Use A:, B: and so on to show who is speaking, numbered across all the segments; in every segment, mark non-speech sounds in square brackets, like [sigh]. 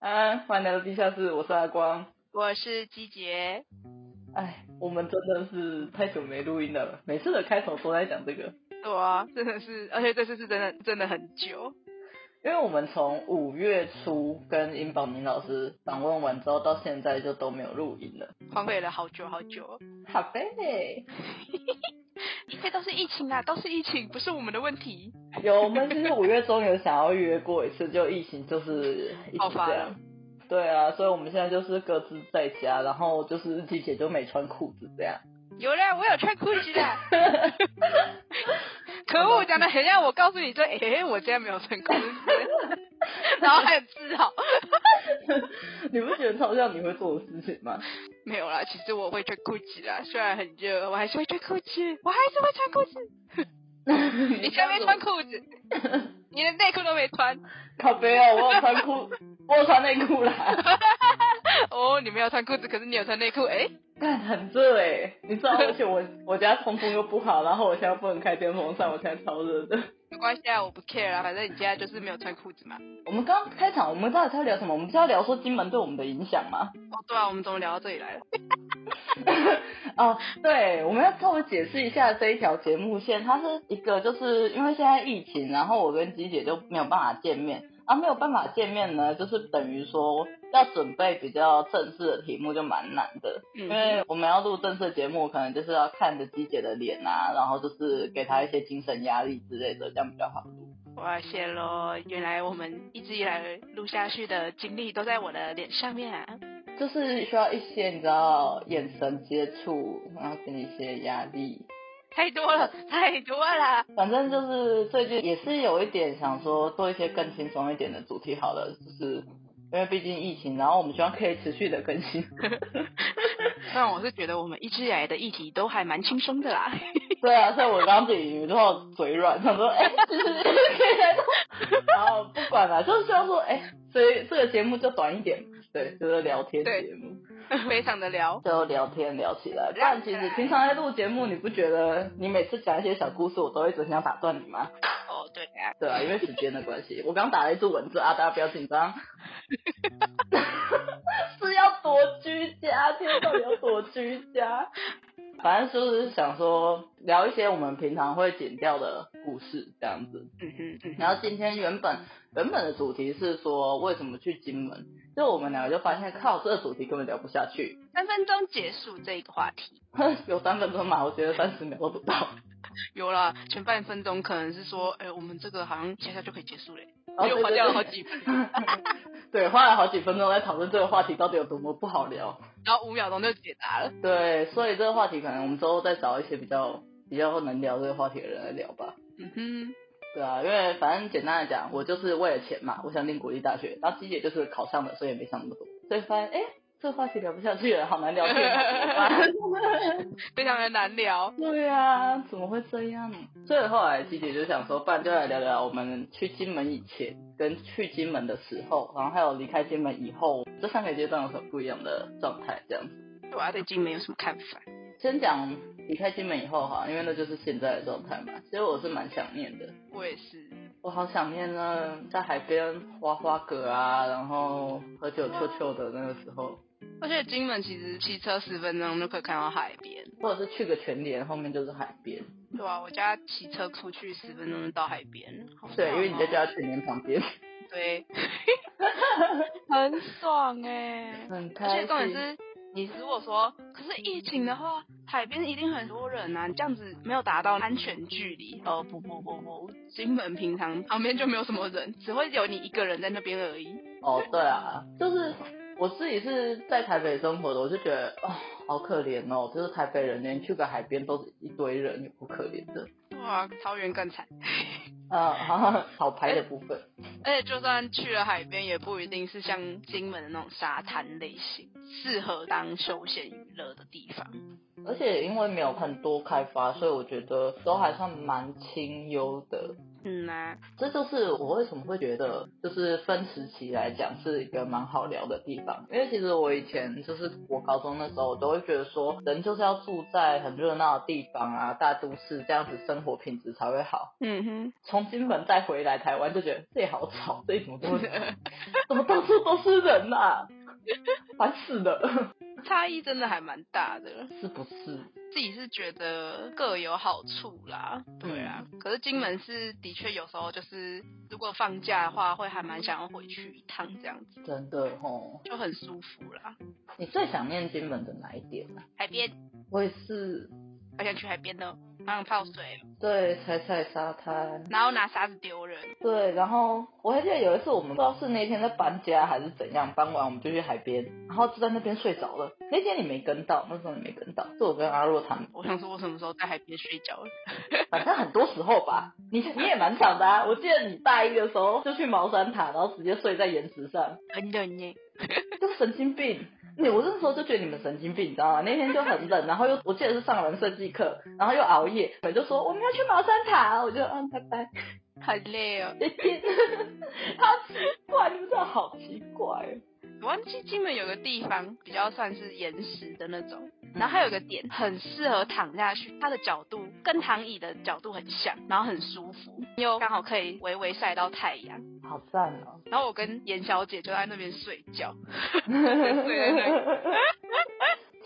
A: 安，啊欢迎来到地下室，我是阿光。
B: 我是季杰，
A: 哎，我们真的是太久没录音了，每次的开头都在讲这个，
B: 对啊，真的是，而且这次是真的真的很久，
A: 因为我们从五月初跟殷宝明老师访问完之后，到现在就都没有录音了。
B: 荒废了好久好久。
A: 好呗，
B: 一切都是疫情啦，都是疫情，不是我们的问题。
A: 有我们其实五月中有想要约过一次，就疫情就是一
B: 爆
A: 起
B: 发
A: 这
B: 了
A: 样。对啊，所以我们现在就是各自在家，然后就是季姐就没穿裤子这样。
B: 有啦，我有穿裤子啦。可恶，讲的很像我告诉你说，诶、我今天没有穿裤子，然后还有自豪。
A: 你不觉得超像你会做的事情吗？
B: 没有啦，其实我会穿裤子啦，虽然很热，我还是会穿裤子，我还是会穿裤子。
A: 你
B: 你现在没穿裤子，你连内裤都没穿。
A: 靠背哦，我有穿裤， [laughs] 我有穿内裤啦。
B: 哦，你没有穿裤子，可是你有穿内裤，诶、
A: 但很热哎、你知道，而且我我家通风又不好，然后我现在不能开电风扇，我现在超热的。 [laughs]
B: 没关系啊，我不 care 啊，反正你现在就是没有穿裤子嘛。
A: 我们刚刚开场，我们到底在聊什么？我们是要聊说金门对我们的影响吗？
B: 哦，对啊，我们怎么聊到这里来了？
A: 哦，对，我们要稍微解释一下这一条节目线，它是一个就是因为现在疫情，然后我跟鸡姐就没有办法见面，啊，没有办法见面呢，就是等于说要准备比较正式的题目就蛮难的，
B: 嗯
A: 因为我们要录正式的节目，可能就是要看着鸡姐的脸啊，然后就是给她一些精神压力之类的，这样比较好录。
B: 哇谢喽！原来我们一直以来录下去的经历都在我的脸上面啊。
A: 就是需要一些你知道眼神接触，然后给你一些压力，
B: 太多了，太多了！
A: 反正就是最近也是有一点想说做一些更轻松一点的主题好了，就是因为毕竟疫情，然后我们希望可以持续的更新。
B: 虽然我是觉得我们一直以来的议题都还蛮轻松的啦， [laughs]
A: [laughs] 对啊，所以我刚自己之后嘴软，想说哎，就是可以来到，然后不管了，就是希望说哎、所以这个节目就短一点，对，就是聊天
B: 对
A: 节目，
B: 非常的聊。
A: 就聊天聊起来。不然其实平常在录节目，你不觉得你每次讲一些小故事，我都会很想打断你吗？
B: 哦，对啊，
A: 对啊，因为时间的关系，我刚打了一只蚊子啊，大家不要紧张。是要多居家，今天到底要多居家？反正就是想说聊一些我们平常会剪掉的故事这样子。
B: 嗯哼，嗯哼，
A: 然后今天原本原本的主题是说为什么去金门，就我们两个就发现靠这个主题根本聊不下去，
B: 三分钟结束这个话题。
A: 有三分钟嘛，我觉得三十秒都不到。
B: 有啦，前半分钟可能是说，哎、我们这个好像一下下就可以结束欸嘞，
A: 哦
B: 结果花掉了好几分，
A: 对，花了好几分钟在讨论这个话题到底有多么不好聊。
B: 然后五秒钟就解答了。
A: 对，所以这个话题可能我们之后再找一些比较比较能聊这个话题的人来聊吧。
B: 嗯哼。
A: 对啊，因为反正简单的讲，我就是为了钱嘛，我想念国立大学，然后鸡姐就是考上了，所以也没想那么多。所以发现，哎、这个话题聊不下去了，好难聊天啊，怎么办？ [laughs]
B: 非常的难聊。
A: 对啊，怎么会这样？所以后来鸡姐就想说，不然就来聊聊我们去金门以前跟去金门的时候，然后还有离开金门以后，这三个阶段有什么不一样的状态？这样子。
B: 对啊，对金门有什么看法？
A: 先讲离开金门以后哈，因为那就是现在的状态嘛。其实我是蛮想念的，
B: 我也是，
A: 我好想念呢，在海边花花蛤啊，然后喝酒秋秋的那个时候，
B: 而且金门其实骑车十分钟就可以看到海边。
A: 或者是去个全联，后面就是海边。
B: 对啊，我家骑车出去十分钟就到海边。好爽哦
A: 对，因为你在。家全联旁边， [laughs]
B: 对，很爽哎、
A: 很
B: 而
A: 开
B: 且
A: 心。
B: 重点是，你如果说，可是疫情的话，海边一定很多人啊，你这样子没有达到安全距离。哦不不不不，金门平常旁边就没有什么人，只会有你一个人在那边而已。
A: 哦，对啊，就是我自己是在台北生活的，我就觉得哦，好可怜哦，就是台北人连去个海边都是一堆人，有不可怜的。
B: 哇，桃园更惨。
A: 啊，好好牌的部分。
B: 而且哎就算去了海边，也不一定是像金门的那种沙滩类型，适合当休闲娱乐的地方。
A: 而且因为没有很多开发，所以我觉得都还算蛮清幽的。
B: 嗯呐、
A: 这就是我为什么会觉得，就是分时期来讲是一个蛮好聊的地方。因为其实我以前就是我高中的时候，我都会觉得说，人就是要住在很热闹的地方啊，大都市这样子生活品质才会好。
B: 嗯哼，
A: 从金门再回来台湾，就觉得这里好吵，这里怎么 [laughs] 都怎么到处都是人呐、烦死了，
B: [laughs] 差异真的还蛮大的。
A: 是不是？
B: 自己是觉得各有好处啦，对啊。可是金门是的确有时候就是，如果放假的话，会还蛮想要回去一趟，这样子
A: 真的吼，
B: 就很舒服啦。
A: 你最想念金门的哪一点啊？
B: 海边，
A: 我也是，
B: 好想去海边呢，好想泡水，哦
A: 对，踩踩沙滩，
B: 然后拿沙子丢人。
A: 对，然后我还记得有一次，我们不知道是那天在搬家还是怎样，搬完我们就去海边，然后就在那边睡着了。那天你没跟到，那时候你没跟到，是我跟阿若他们，
B: 我想说，我什么时候在海边睡觉了？
A: 反正很多时候吧，你你也蛮长的啊。我记得你大一的时候就去茅山塔，然后直接睡在岩石上，
B: 很冷耶。
A: 就神经病。你我那时候就觉得你们神经病，你知道吗？那天就很冷，然后又我记得是上完设计课，然后又熬夜，我就说我们要去茅山塔，我就嗯拜拜。
B: 好累哦！
A: [laughs] 好奇怪，你们真的好奇怪哦。
B: 我忘记金门有个地方比较算是岩石的那种，
A: 嗯
B: 然后还有个点很适合躺下去，它的角度跟躺椅的角度很像，然后很舒服，又刚好可以微微晒到太阳。
A: 好赞哦！
B: 然后我跟严小姐就在那边睡觉，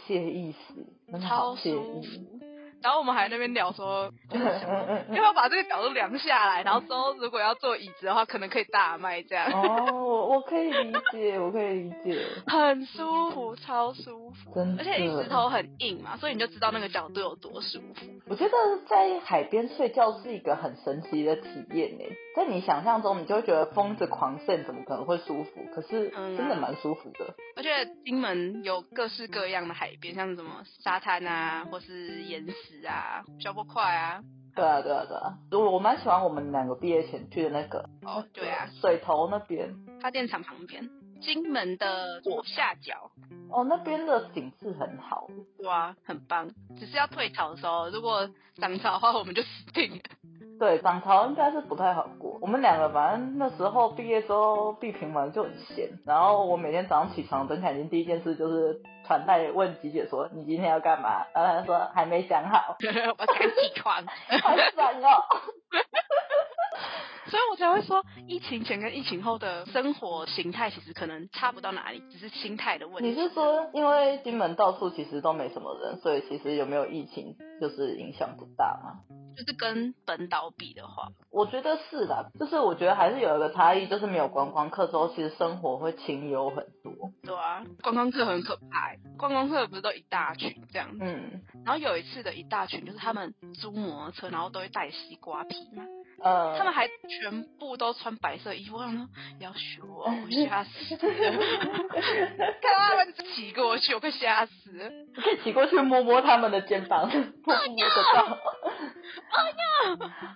A: 惬意死，真的嗯好
B: 超
A: 惬
B: 舒
A: 意。
B: 服。然后我们还在那边聊说，就是想说要不要把这个角度量下来，然后之后如果要坐椅子的话，可能可以大卖这样，
A: 哦，我我可以理解，我可以理解，
B: 很舒服，超舒服。
A: 真
B: 而且你石
A: 的。
B: 头很硬嘛，所以你就知道那个角度有多舒服。
A: 我觉得在海边睡觉是一个很神奇的体验呢，在你想象中，你就会觉得风着狂扇怎么可能会舒服？可是
B: 嗯啊
A: 真的蛮舒服的。
B: 而且金门有各式各样的海边，像什么沙滩啊，或是岩石啊、消波块啊。
A: 对啊，对啊，对啊。我我蛮喜欢我们两个毕业前去的那个
B: 哦，对啊，
A: 水头那边。
B: 发电厂旁边，金门的左下角，
A: 哦，那边的景致很好，
B: 哇，很棒。只是要退潮的时候，如果涨潮的话，我们就死定了。 [laughs]
A: 对，涨潮应该是不太好过。我们两个反正那时候毕业之后，必评完就很闲，然后我每天早上起床睁开眼睛，第一件事就是传代问吉姐说你今天要干嘛，然后她说还没想好，
B: 我赶起床， [laughs]
A: 好爽哦。
B: 所以我才会说，疫情前跟疫情后的生活形态其实可能差不到哪里，只是心态的问
A: 你
B: 题。
A: 是说因为金门到处其实都没什么人，所以其实有没有疫情就是影响不大吗？
B: 就是跟本岛比的话，
A: 我觉得是的，就是我觉得还是有一个差异，就是没有观光客之后，其实生活会清幽很多。
B: 对啊，观光客很可怕欸、观光客不是都一大群这样子？
A: 嗯
B: 然后有一次的一大群就是他们租摩托车，然后都会带西瓜皮嘛，
A: 呃，
B: 他们还全部都穿白色衣服，我想说要学我，我吓死了， [laughs] 看到他们骑过去，我快吓死了。
A: 可以骑过去摸摸他们的肩膀，摸不摸得到？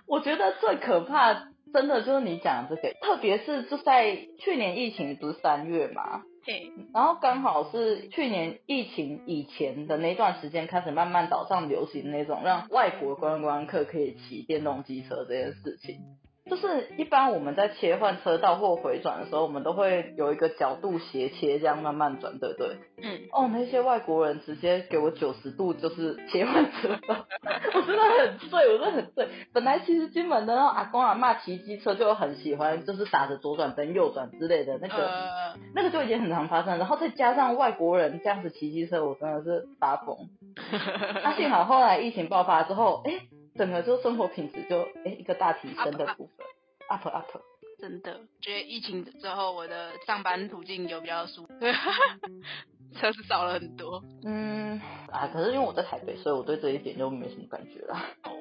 A: 我觉得最可怕，真的就是你讲的这个，特别是就在去年疫情不是三月嘛，
B: 嘿，
A: 然后刚好是去年疫情以前的那段时间开始慢慢岛上流行那种让外国观光客可以骑电动机车这件事情。就是一般我们在切换车道或回转的时候，我们都会有一个角度斜切，这样慢慢转，对不对？
B: 嗯，
A: 哦，那些外国人直接给我九十度，就是切换车道， [laughs] 我真的很醉，我真的很醉。本来其实金门的那种阿公阿嬷骑机车就很喜欢，就是打着左转灯、右转之类的那个，
B: 呃，
A: 那个就已经很常发生。然后再加上外国人这样子骑机车，我真的是发疯。那、
B: 呃
A: 幸好后来疫情爆发之后，哎、整个就生活品质就哎、一个大提升的部分，up up。
B: [laughs] 真的觉得疫情之后我的上班途径有比较舒服， [laughs] 车子少了很多。
A: 嗯，啊，可是因为我在台北，所以我对这一点就没什么感觉啦。
B: 哦，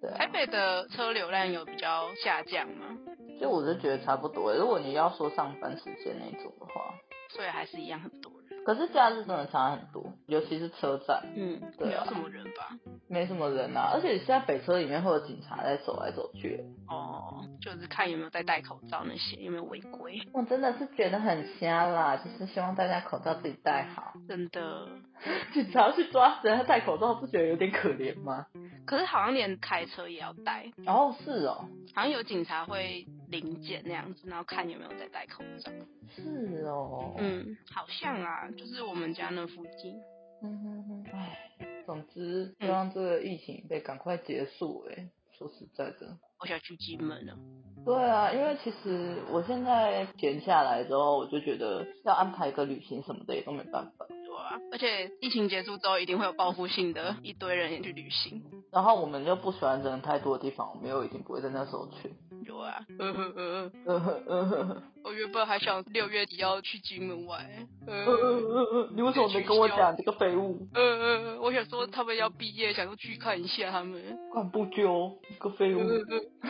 A: 对啊、
B: 台北的车流量有比较下降吗？
A: 所以我就觉得差不多。如果你要说上班时间那种的话，
B: 所以还是一样很多人。
A: 可是假日真的差很多，尤其是车站，
B: 嗯，
A: 对啊
B: 没有什么人吧？
A: 没什么人啊，而且现在北车里面会有警察在走来走去，
B: 哦，就是看有没有在戴口罩那些，有没有违规，
A: 我真的是觉得很瞎啦。就是希望大家口罩自己戴好，
B: 真的。
A: 警察去抓人家戴口罩，不觉得有点可怜吗？
B: 可是好像连开车也要戴，
A: 然后是哦，
B: 好像有警察会临检那样子，然后看有没有在戴口罩。
A: 是哦，
B: 嗯，好像啊，就是我们家那附近。
A: 嗯哼哼，唉，总之希望这个疫情得赶快结束、欸。说实在的，
B: 我想去金门了。
A: 对啊，因为其实我现在闲下来之后，我就觉得要安排一个旅行什么的也都没办法。
B: 对啊，而且疫情结束之后，一定会有报复性的一堆人去旅行。
A: 然后我们又不喜欢人太多的地方，我们又一定不会在那时候去。
B: 有啊，呃呵呃，
A: 呃呵呃呵呃
B: 我原本还想六月底要去金门玩，呃
A: 呃呃呃，你为什么没跟我讲这个废物？
B: 呃呃，我想说他们要毕业，想说去看一下他们，
A: 管不究，个废
B: 呃
A: 物，
B: [laughs]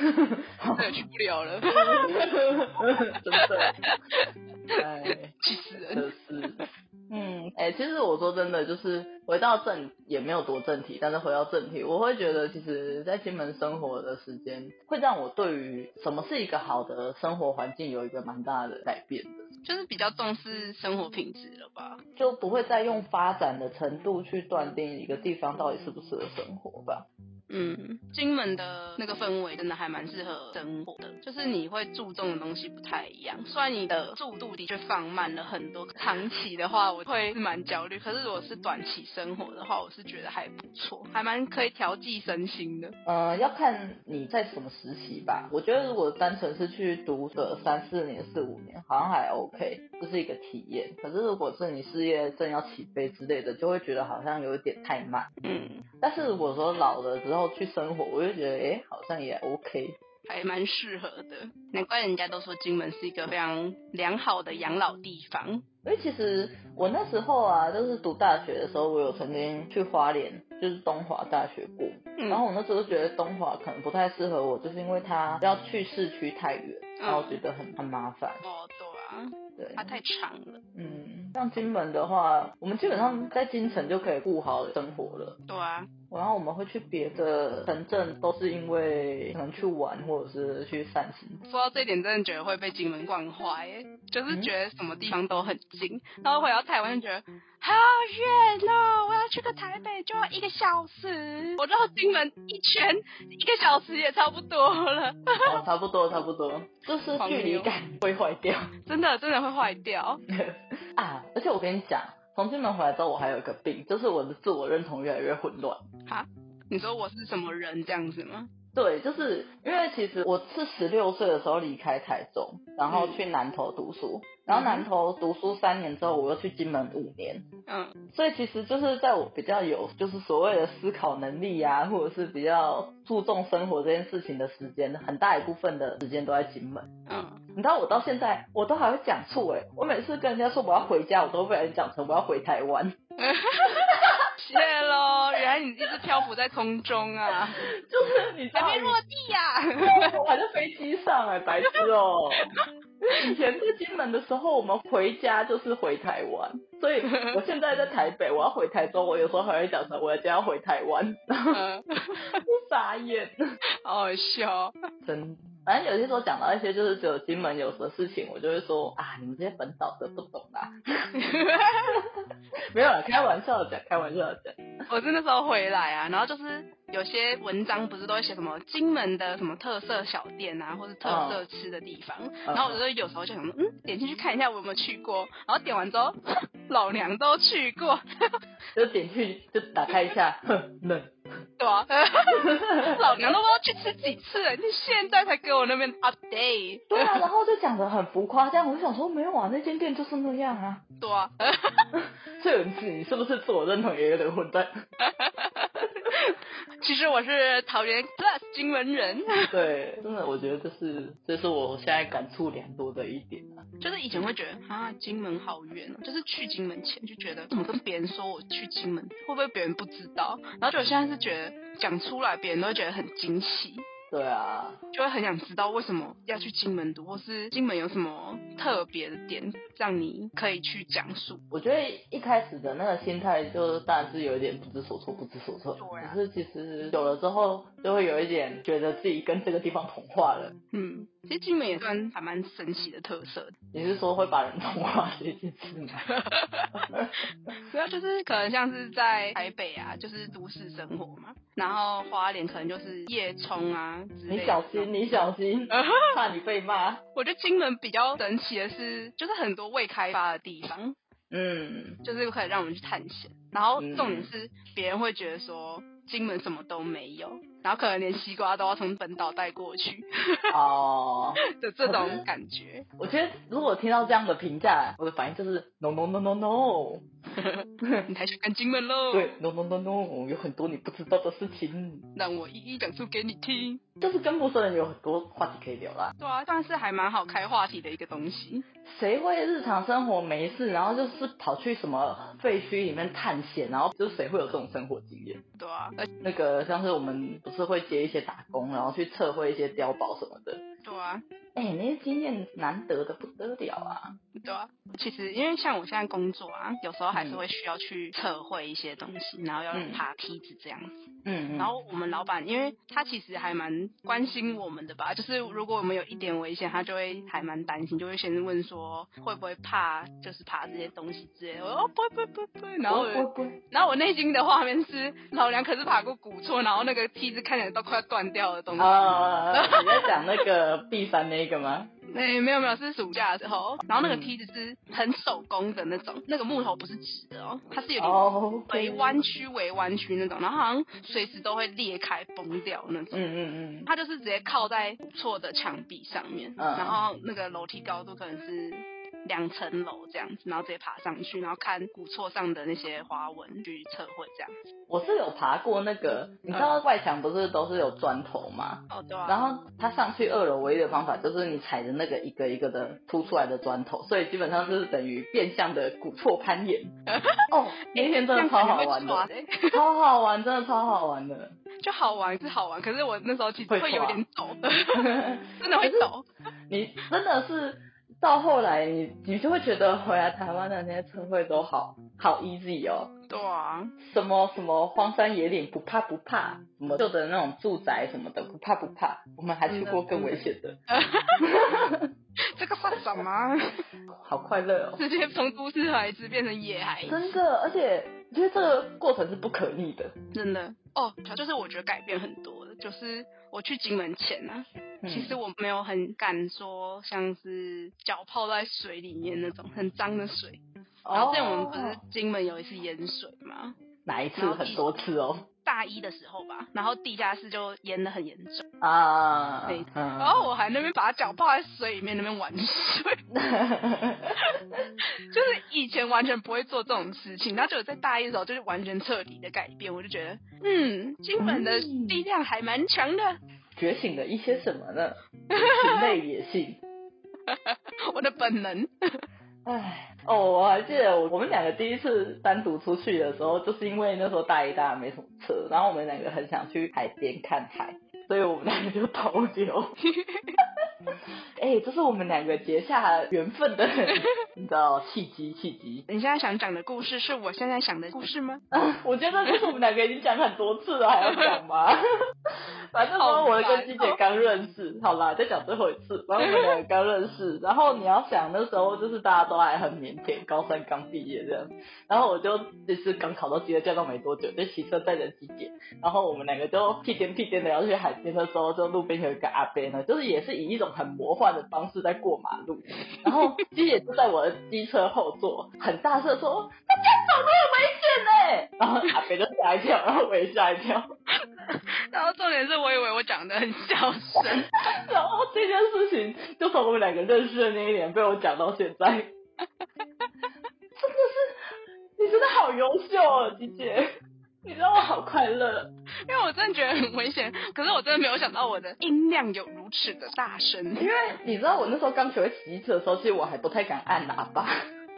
B: 呃，呃去不了了， [laughs]
A: [laughs] 真的，哎。
B: 气死人。
A: 就是， [laughs] 嗯，哎、其实我说真的，就是回到正也没有多正题，但是回到正题，我会觉得其实在金门生活的时间，会让我对于什么是一个好的生活环境有一个蛮大的改变的，
B: [laughs] 就是比较重视生活品质了吧？
A: 就不会再用发展的程度去断定一个地方到底适不适合生活吧。
B: 嗯，金门的那个氛围真的还蛮适合生活的，就是你会注重的东西不太一样。虽然你的速度的确放慢了很多，长期的话我会蛮焦虑，可是如果是短期生活的话，我是觉得还不错，还蛮可以调剂身心的。
A: 呃，要看你在什么时期吧。我觉得如果单纯是去读个三四年、四五年，好像还 OK，这是一个体验。可是如果是你事业正要起飞之类的，就会觉得好像有一点太慢。
B: 嗯，
A: 但是如果说老了之后去生活，我就觉得诶，好像也 OK。
B: 还蛮适合的，难怪人家都说金门是一个非常良好的养老地方。
A: 因为其实我那时候啊，就是读大学的时候，我有曾经去花莲，就是东华大学过。然
B: 嗯
A: 后我那时候就觉得东华可能不太适合我，就是因为它要去市区太远，
B: 嗯
A: 然后我觉得很很麻烦。
B: 哦，对啊，
A: 对，
B: 它太长了。
A: 嗯，像金门的话，我们基本上在金城就可以顾好生活了。
B: 对啊，
A: 然后我们会去别的城镇，都是因为可能去玩或者是去散心。
B: 说到这一点，真的觉得会被金门惯坏耶，就是觉得什么地方都很近，然后回到台湾就觉得好远哦，我要去个台北就要一个小时，我绕金门一圈一个小时也差不多了，
A: 哦，差不多差不多，就是距离感会坏掉
B: 真的真的会坏掉。
A: [laughs] 啊！而且我跟你讲，从金门回来之后，我还有一个病，就是我的自我认同越来越混乱。
B: 你说我是什么人这样子吗？
A: 对，就是因为其实我是十六岁的时候离开台中，然后去南投读书，然后南投读书三年之后，我又去金门五年。
B: 嗯，
A: 所以其实就是在我比较有就是所谓的思考能力呀、或者是比较注重生活这件事情的时间，很大一部分的时间都在金门。
B: 嗯，
A: 你知道我到现在我都还会讲错哎，我每次跟人家说我要回家，我都被人讲成我要回台湾， [laughs]
B: 谢喽，原来你一直漂浮在空中啊，
A: 就是你知
B: 还
A: 道
B: 没落地啊呀、
A: 我还在飞机上哎、白痴哦、以前在金门的时候，我们回家就是回台湾，所以我现在在台北，我要回台中，我有时候还会讲成我今天要回台湾，
B: [laughs]
A: [laughs]
B: 嗯，
A: 傻眼。
B: 好好笑哦。
A: 真，反正有些时候讲到一些就是只有金门有的事情，我就会说嗯啊，你们这些本岛的不懂啦， [laughs] 没有啦，开玩笑的讲，开玩笑的讲。
B: 我是那时候回来啊，然后就是有些文章不是都会写什么金门的什么特色小店啊，或是
A: 嗯
B: 特色吃的地方，然后我就有时候就想说，嗯，点进去看一下我有没有去过，然后点完之后， [laughs] 老娘都去过，
A: 就点去就打开一下， [laughs] 哼，冷，
B: 对吧、 [laughs] 老娘都不知道去吃几次了，你现在才给我那边 update，
A: 对啊，然后就讲的很浮夸，这样我就想说没有啊，那间店就是那样啊。
B: [laughs] 对啊，
A: 这有你你是不是自我认同也有点混蛋？ [laughs]
B: 其实我是桃园 plus 金门人，
A: 对，真的，我觉得这是这是我现在感触良多的一点啊。
B: 就是以前会觉得啊，金门好远哦，就是去金门前就觉得怎么跟别人说我去金门，会不会别人不知道？然后就我现在是觉得讲出来，别人都会觉得很惊喜。
A: 对啊，
B: 就会很想知道为什么要去金门读，或是金门有什么特别的点让你可以去讲述。
A: 我觉得一开始的那个心态就是大致有一点不知所措，不知所措。
B: 对啊
A: 可是其实久了之后，就会有一点觉得自己跟这个地方同化了。
B: 嗯，其实金门也算还蛮神奇的特色的
A: 你是说会把人同化这件事
B: [laughs]
A: 吗？
B: 主要就是可能像是在台北啊，就是都市生活嘛，然后花莲可能就是夜冲啊之类的。
A: 你小心，你小心， [laughs] 怕你被骂。
B: 我觉得金门比较神奇的是，就是很多未开发的地方，
A: 嗯，
B: 就是可以让我们去探险。然后
A: 嗯
B: 重点是，别人会觉得说金门什么都没有，然后可能连西瓜都要从本岛带过去
A: 哦，
B: 的这种感觉。
A: 我觉得如果听到这样的评价，我的反应就是 no no no no no，
B: 你才去看金门喽，
A: 对 no no no no，有很多你不知道的事情，
B: 让我一一讲述给你听。
A: 就是跟陌生人有很多话题可以聊啦。
B: 对啊，算是还蛮好开话题的一个东西。
A: 谁会日常生活没事，然后就是跑去什么废墟里面探险，然后就是谁会有这种生活经验？
B: 对啊，而
A: 那个像是我们不是会接一些打工，然后去测绘一些碉堡什么的，
B: 对啊，
A: 哎、那些经验难得的不得了啊！
B: 对啊，其实因为像我现在工作啊，有时候还是会需要去测绘一些东西，然后要
A: 嗯
B: 爬梯子这样子。
A: 嗯，
B: 然后我们老板，因为他其实还蛮关心我们的吧，就是如果我们有一点危险，他就会还蛮担心，就会先问说会不会怕，就是爬这些东西之类的。我说哦，不会不会不会不会。然后
A: 不会
B: 我
A: 不会，
B: 然后我内心的画面是，老娘可是爬过古厝，然后那个梯子看起来都快要断掉的东西。呃
A: 啊，你在讲那个 B 三那个
B: [laughs]
A: 吗？
B: 哎、没有没有，是暑假的时候，然后那个
A: 嗯
B: 梯子是很手工的那种，那个木头不是直的哦，它是有点
A: 哦，
B: 微弯曲、微弯曲那种，然后好像随时都会裂开、崩掉那种。
A: 嗯嗯嗯，
B: 它就是直接靠在不错的墙壁上面，
A: 嗯
B: 然后那个楼梯高度可能是两层楼这样子，然后直接爬上去，然后看古厝上的那些花纹去测绘这样。
A: 我是有爬过那个，你知道
B: 嗯
A: 外墙不是都是有砖头吗？
B: 哦，对啊，
A: 然后它上去二楼唯一的方法就是你踩着那个一个一个的凸出来的砖头，所以基本上就是等于变相的古错攀岩。 [laughs] 哦，那天真的超好玩的，
B: 这样感觉会抓
A: 超好玩，真的超好玩的。
B: [laughs]
A: [laughs]
B: 就好玩是好玩，可是我那时候其实
A: 会啊
B: 会有
A: 抓
B: 点抖，真的会抖。
A: 你真的是到后来你你就会觉得回来台湾的那些车会都好好 easy 哦。
B: 对啊，
A: 什么什么荒山野岭不怕不怕，什么旧的那种住宅什么的不怕不怕，我们还去过更危险的，
B: 这个算什么？啊
A: 好快乐哦！
B: [laughs] 直接从都市孩子变成野孩子，
A: 真的，而且我觉得这个过程是不可逆的。
B: 真的哦。就是我觉得改变很多的，就是我去金门前啊，
A: 嗯
B: 其实我没有很敢说像是脚泡在水里面那种很脏的水。然后之前我们不是
A: 哦、
B: 金门有一次淹水嘛，
A: 哪一次很多次哦
B: 大一的时候吧，然后地下室就淹的很严重，
A: 啊，
B: 对然
A: 嗯， [laughs]
B: 后我还那边把脚泡在水里面那边玩水， [laughs] 就是以前完全不会做这种事情，然后就在大一的时候就是完全彻底的改变，我就觉得，嗯，金门的
A: 嗯
B: 力量还蛮强的，
A: 觉醒了一些什么呢？人类野性。
B: 我的本能，
A: [laughs] 唉，哦，我还记得我我们两个第一次单独出去的时候，就是因为那时候大一、大二没什么车，然后我们两个很想去海边看海，所以我们两个就偷流。 [laughs] 哎、这是我们两个结下缘分的，你知道契机契机。
B: 你现在想讲的故事是我现在想的故事吗？ [laughs]
A: 我觉得就是我们两个已经讲很多次了，还要讲吗？ [laughs] 反正呢，我跟金姐刚认识，好啦，再讲最后一次。反正我们两个刚认识，然后你要想那时候就是大家都还很腼腆，高三刚毕业这样。然后我就就是刚考到机车驾照没多久，就骑车载着机姐，然后我们两个就屁颠屁颠的要去海边的时候，就路边有一个阿伯呢， [laughs] 就是也是以一种很魔幻的方式在过马路，然后机姐就在我的机车后座，很大声地说：“那边好危险呢！”然后阿北就吓一跳，然后我也吓一跳。
B: 然后重点是我以为我讲的很小声，
A: [laughs] 然后这件事情就从我们两个认识的那一年被我讲到现 [laughs] 在，真的是你真的好优秀哦，姐姐，你让我好快乐。
B: 因为我真的觉得很危险，可是我真的没有想到我的音量有如此的大声， [laughs]
A: 因为你知道我那时候刚学会骑车的时候，其实我还不太敢按喇叭。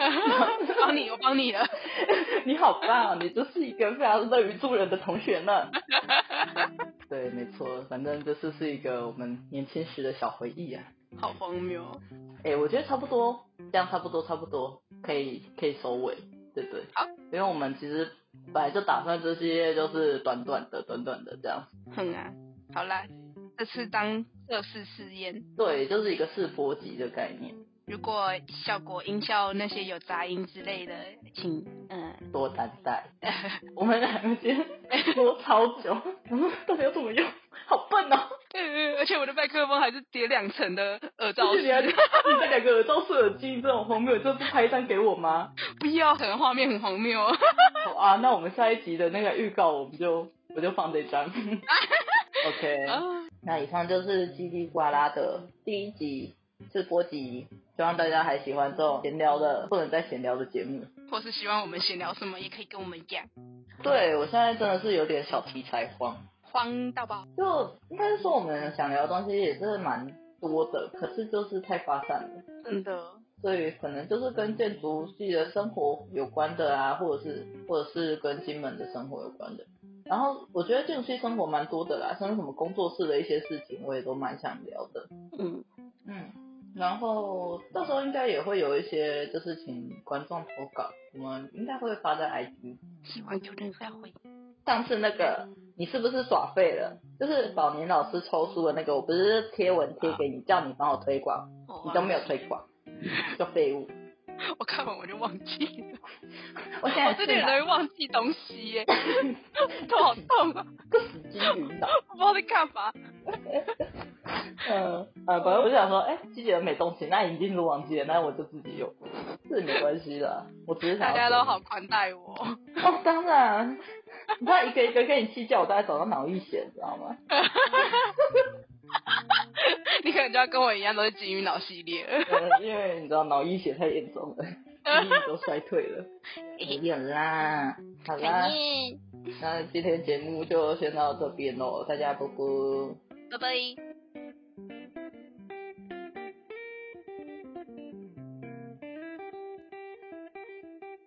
A: [laughs]
B: 帮你，我帮你了，
A: [laughs] 你好棒、哦，你就是一个非常乐于助人的同学呢。对，没错，反正就是是一个我们年轻时的小回忆啊。
B: 好荒谬。哦
A: 哎、我觉得差不多，这样差不多，差不多可以可以收尾，对对。
B: 好，
A: 因为我们其实本来就打算这些就是短短的、短短的这样。
B: 哼啊，好啦，这次当测试试验，
A: 对，就是一个试播集的概念，
B: 如果效果、音效那些有杂音之类的，请嗯、
A: 多担待。我们两个今天说超久，到底要怎么用？好笨哦！
B: 呃而且我的麦克风还是叠两层的耳罩
A: 谢谢你啊，
B: 式，
A: 你戴两个耳罩式耳机，这种荒谬，这不拍一张给我吗？
B: 不要，可能画面很荒谬。哦
A: 好啊，那我们下一集的那个预告，我们就我就放这张。OK，
B: 啊
A: 那以上就是叽里呱啦的第一集试播集，希望大家还喜欢这种闲聊的，不能再闲聊的节目。
B: 或是希望我们闲聊什么，也可以跟我们讲，
A: 对我现在真的是有点小题材荒，
B: 荒到爆。
A: 就应该是说我们想聊的东西也是蛮多的，可是就是太发散了。
B: 真的，哦
A: 所以可能就是跟建筑系的生活有关的啊，或者是或者是跟金门的生活有关的。然后我觉得建筑系生活蛮多的啦，像是什么工作室的一些事情，我也都蛮想聊的。
B: 嗯，
A: 嗯，然后到时候应该也会有一些，就是请观众投稿，我们应该会发在 IG。
B: 希望有人再回。
A: 上次那个你是不是耍废了？就是宝年老师抽书的那个，我不是贴文贴给你，叫你帮我推广，
B: 哦
A: 你都没有推广，个废物！
B: 我看完我就忘记了，
A: 我现
B: 我
A: 在
B: 这
A: 是
B: 点
A: 哪
B: 人忘记东西
A: [laughs]
B: 耶，头好痛啊！
A: 个死
B: [laughs]
A: 金鱼脑。
B: 我不知道在干嘛。
A: 嗯，呃，本来我就想说，哎、季姐没东西，那一定是忘记了，那我就自己用，这没关系的。我只是想
B: 大
A: 要
B: 家都好宽待我，
A: 哦，当然，你知道一个一个跟你计较，我大概找到脑溢血，你知道吗？
B: 你可能就要跟我一样都是金鱼脑系列了。
A: 呃因为你知道脑溢血太严重了，记忆都衰退了。没有啦，好啦，
B: 厌，
A: 那今天节目就先到这边喽，大家啵啵。
B: 拜拜。